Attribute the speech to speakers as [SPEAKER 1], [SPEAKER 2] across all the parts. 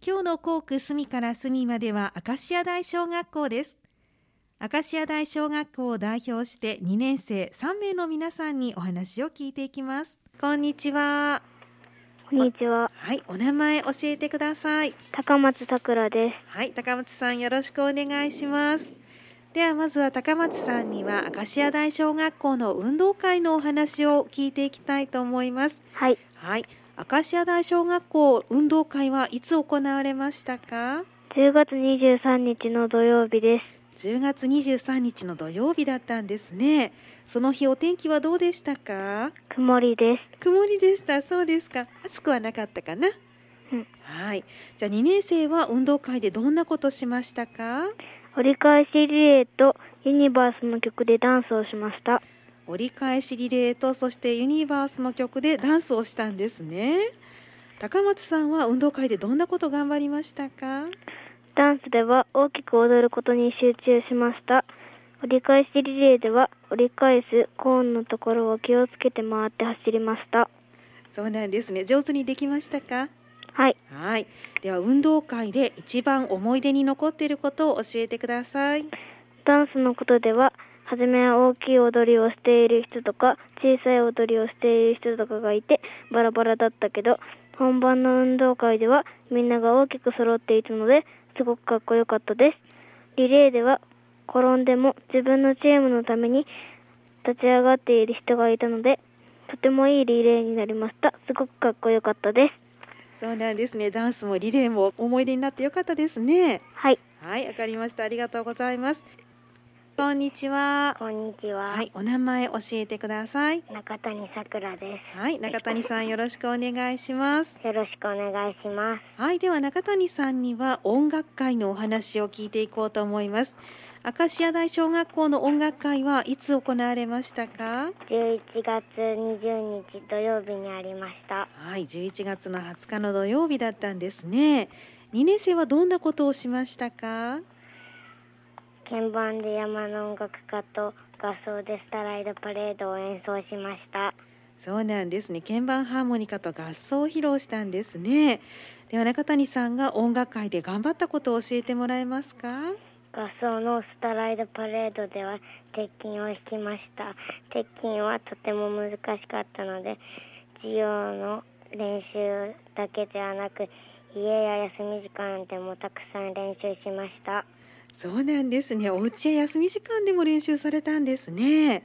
[SPEAKER 1] 今日の校区隅から隅までは明石家大小学校です明石家大小学校を代表して2年生3名の皆さんにお話を聞いていきますこんにちは
[SPEAKER 2] こんにちは。
[SPEAKER 1] はいお名前教えてください
[SPEAKER 2] 高松さくらです。
[SPEAKER 1] はい高松さんよろしくお願いしますではまずは高松さんには明石家大小学校の運動会のお話を聞いていきたいと思います
[SPEAKER 2] はい。
[SPEAKER 1] はい明石家大小学校運動会はいつ行われましたか
[SPEAKER 2] 10月23日の土曜日です。
[SPEAKER 1] 10月23日の土曜日だったんですねその日お天気はどうでしたか
[SPEAKER 2] 曇りで
[SPEAKER 1] 曇りでしたそうですか暑くはなかったかな、
[SPEAKER 2] うん
[SPEAKER 1] はいじゃあ2年生は運動会でどんなことしましたか
[SPEAKER 2] す。折り返しリレーとユニバースの曲でダンスをしました。
[SPEAKER 1] 折り返しリレーとそしてユニバースの曲でダンスをしたんですね高松さんは運動会でどんなこと頑張りましたか
[SPEAKER 2] ダンスでは大きく踊ることに集中しました。折り返しリレーでは折り返すコーンのところを気をつけて回って走りました。
[SPEAKER 1] そうなんですね上手にできましたか
[SPEAKER 2] はい。
[SPEAKER 1] はいでは運動会で一番思い出に残っていることを教えてください
[SPEAKER 2] ダンスのことでは、はじめは大きい踊りをしている人とか、小さい踊りをしている人とかがいて、バラバラだったけど、本番の運動会ではみんなが大きく揃っていたので、すごくかっこよかったです。リレーでは、転んでも自分のチームのために立ち上がっている人がいたので、とてもいいリレーになりました。すごくかっこよかったです。
[SPEAKER 1] そうなんですねダンスもリレーも思い出になってよかったですね
[SPEAKER 2] はい。
[SPEAKER 1] はいわかりましたありがとうございますこんにちは
[SPEAKER 2] こんにちは
[SPEAKER 1] はいお名前教えてください
[SPEAKER 2] 中谷さくらで
[SPEAKER 1] はい中谷さんよろしくお願いします
[SPEAKER 2] す。よろしくお願いします。
[SPEAKER 1] はい、では中谷さんには音楽会のお話を聞いていこうと思います。明石家大小学校の音楽会はいつ行われましたか
[SPEAKER 2] 11月20日土曜日にありました
[SPEAKER 1] はい、11月の20日の土曜日だったんですね。2年生はどんなことをしましたか
[SPEAKER 2] 鍵盤で山の音楽家と合奏でスタライドパレードを演奏しました
[SPEAKER 1] そうなんですね。鍵盤ハーモニカと合奏を披露したんですね。では中谷さんが音楽会で頑張ったことを教えてもらえますか
[SPEAKER 2] 合奏のスタライドパレードでは鉄筋を弾きました鉄筋はとても難しかったので授業の練習だけではなく家や休み時間でもたくさん練習しました
[SPEAKER 1] そうなんですね。お家や休み時間でも練習されたんですね。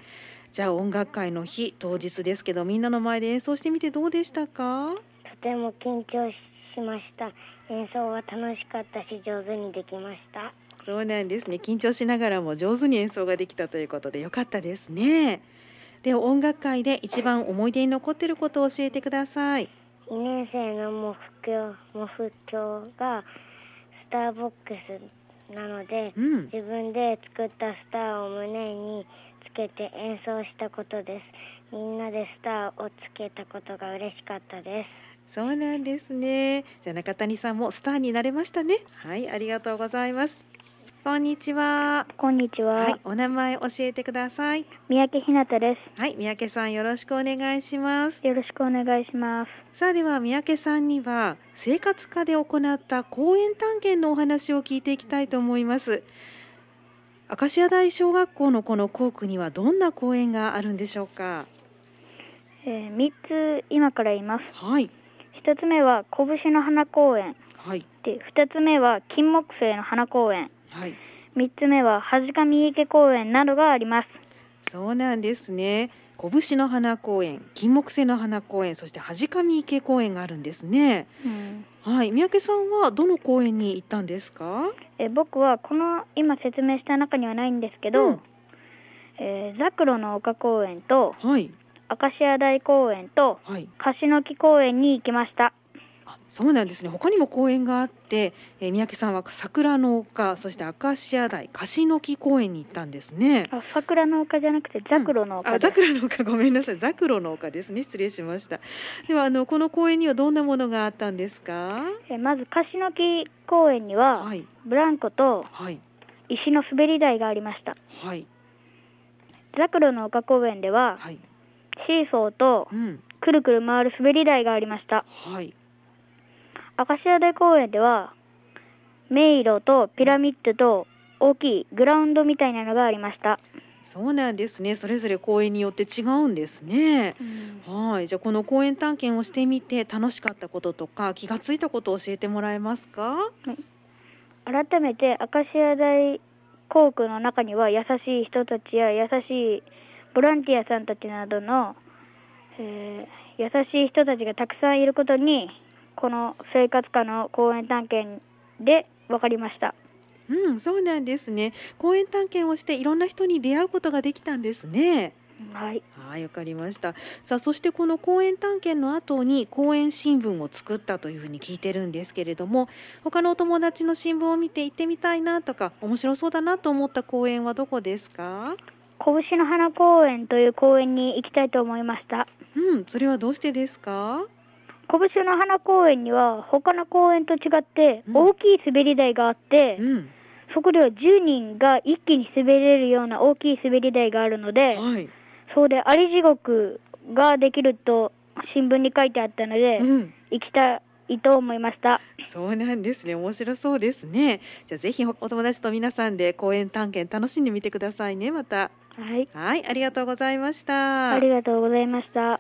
[SPEAKER 1] じゃあ音楽会の日当日ですけど、みんなの前で演奏してみてどうでしたか？
[SPEAKER 2] とても緊張しました演奏は楽しかったし上手にできました
[SPEAKER 1] そうなんですね。緊張しながらも上手に演奏ができたということで良かったですね。では音楽会で一番思い出に残っていることを教えてください。
[SPEAKER 2] 2年生の目標目標がスターボックスなので
[SPEAKER 1] うん。
[SPEAKER 2] 自分で作ったスターを胸につけて演奏したことですみんなでスターをつけたことが嬉しかったです
[SPEAKER 1] そうなんですね。じゃあ中谷さんもスターになれましたね。はい、ありがとうございます。こんにちは。
[SPEAKER 2] こんにちは、
[SPEAKER 1] はい、お名前教えてください。
[SPEAKER 2] 三宅ひなたで
[SPEAKER 1] はい、三宅さんよろしくお願いします。
[SPEAKER 2] すよろしくお願いします
[SPEAKER 1] さあでは三宅さんには生活科で行った講演探検のお話を聞いていきたいと思います。明石家大小学校のこの校区にはどんな講演があるんでしょうか。
[SPEAKER 2] え3つ今から言います
[SPEAKER 1] はい、
[SPEAKER 2] 1つ目は拳の花公園
[SPEAKER 1] はい、
[SPEAKER 2] で2つ目は金木犀の花公園
[SPEAKER 1] はい。
[SPEAKER 2] 3つ目は恥上池公園などがあります
[SPEAKER 1] そうなんですね。拳の花公園、金木犀の花公園、そして恥かみ池公園があるんですね。
[SPEAKER 2] うん
[SPEAKER 1] はい、三宅さんはどの公園に行ったんですか。
[SPEAKER 2] え僕はこの今説明した中にはないんですけど、
[SPEAKER 1] うん
[SPEAKER 2] えーザクロの丘公園と
[SPEAKER 1] はい、
[SPEAKER 2] アシア台公園と
[SPEAKER 1] はい。
[SPEAKER 2] カシノキ公園に行きました
[SPEAKER 1] あそうなんですね他にも公園があって、えー、三宅さんは桜の丘そして明石家台樫の木公園に行ったんですね
[SPEAKER 2] あ桜の丘じゃなくてザクロの丘
[SPEAKER 1] あ
[SPEAKER 2] です、
[SPEAKER 1] 桜の丘ごめんなさいザクロの丘ですね失礼しましたではあのこの公園にはどんなものがあったんですか
[SPEAKER 2] えまずカシノキ公園には
[SPEAKER 1] はい
[SPEAKER 2] ブランコと
[SPEAKER 1] はい
[SPEAKER 2] 石の滑り台がありました
[SPEAKER 1] はい
[SPEAKER 2] ザクロの丘公園では
[SPEAKER 1] はい
[SPEAKER 2] シーソーと
[SPEAKER 1] うん
[SPEAKER 2] くるくる回る滑り台がありました
[SPEAKER 1] はい
[SPEAKER 2] 明石屋台公園では迷路とピラミッドと大きいグラウンドみたいなのがありました、
[SPEAKER 1] そうなんですね。それぞれ公園によって違うんですね。はい、じゃあこの公園探検をしてみて楽しかったこととか気がついたことを教えてもらえますか？
[SPEAKER 2] 改めて明石屋大航空の中には優しい人たちや優しいボランティアさんたちなどの、えー優しい人たちがたくさんいることにこの生活科の公園探検で分かりました
[SPEAKER 1] うん、そうなんですね。公園探検をしていろんな人に出会うことができたんですね。
[SPEAKER 2] はい
[SPEAKER 1] はい、わかりました。さあ、そしてこの公園探検の後に公園新聞を作ったというふうに聞いてるんですけれども、他のお友達の新聞を見て行ってみたいなとか、面白そうだなと思った公園はどこですか？
[SPEAKER 2] 拳の花公園という公園に行きたいと思いました
[SPEAKER 1] うん、それはどうしてですか？
[SPEAKER 2] 拳の花公園には他の公園と違って
[SPEAKER 1] うん
[SPEAKER 2] 大きい滑り台があって、
[SPEAKER 1] うん、
[SPEAKER 2] そこでは10人が一気に滑れるような大きい滑り台があるので、
[SPEAKER 1] はい、
[SPEAKER 2] そうで、あり地獄ができると新聞に書いてあったので、
[SPEAKER 1] うん。
[SPEAKER 2] 行きたいと思いました。
[SPEAKER 1] そうなんですね。面白そうですね。じゃあぜひお友達と皆さんで公園探検楽しんでみてくださいね。また。
[SPEAKER 2] はい。
[SPEAKER 1] はい、ありがとうございました。
[SPEAKER 2] ありがとうございました。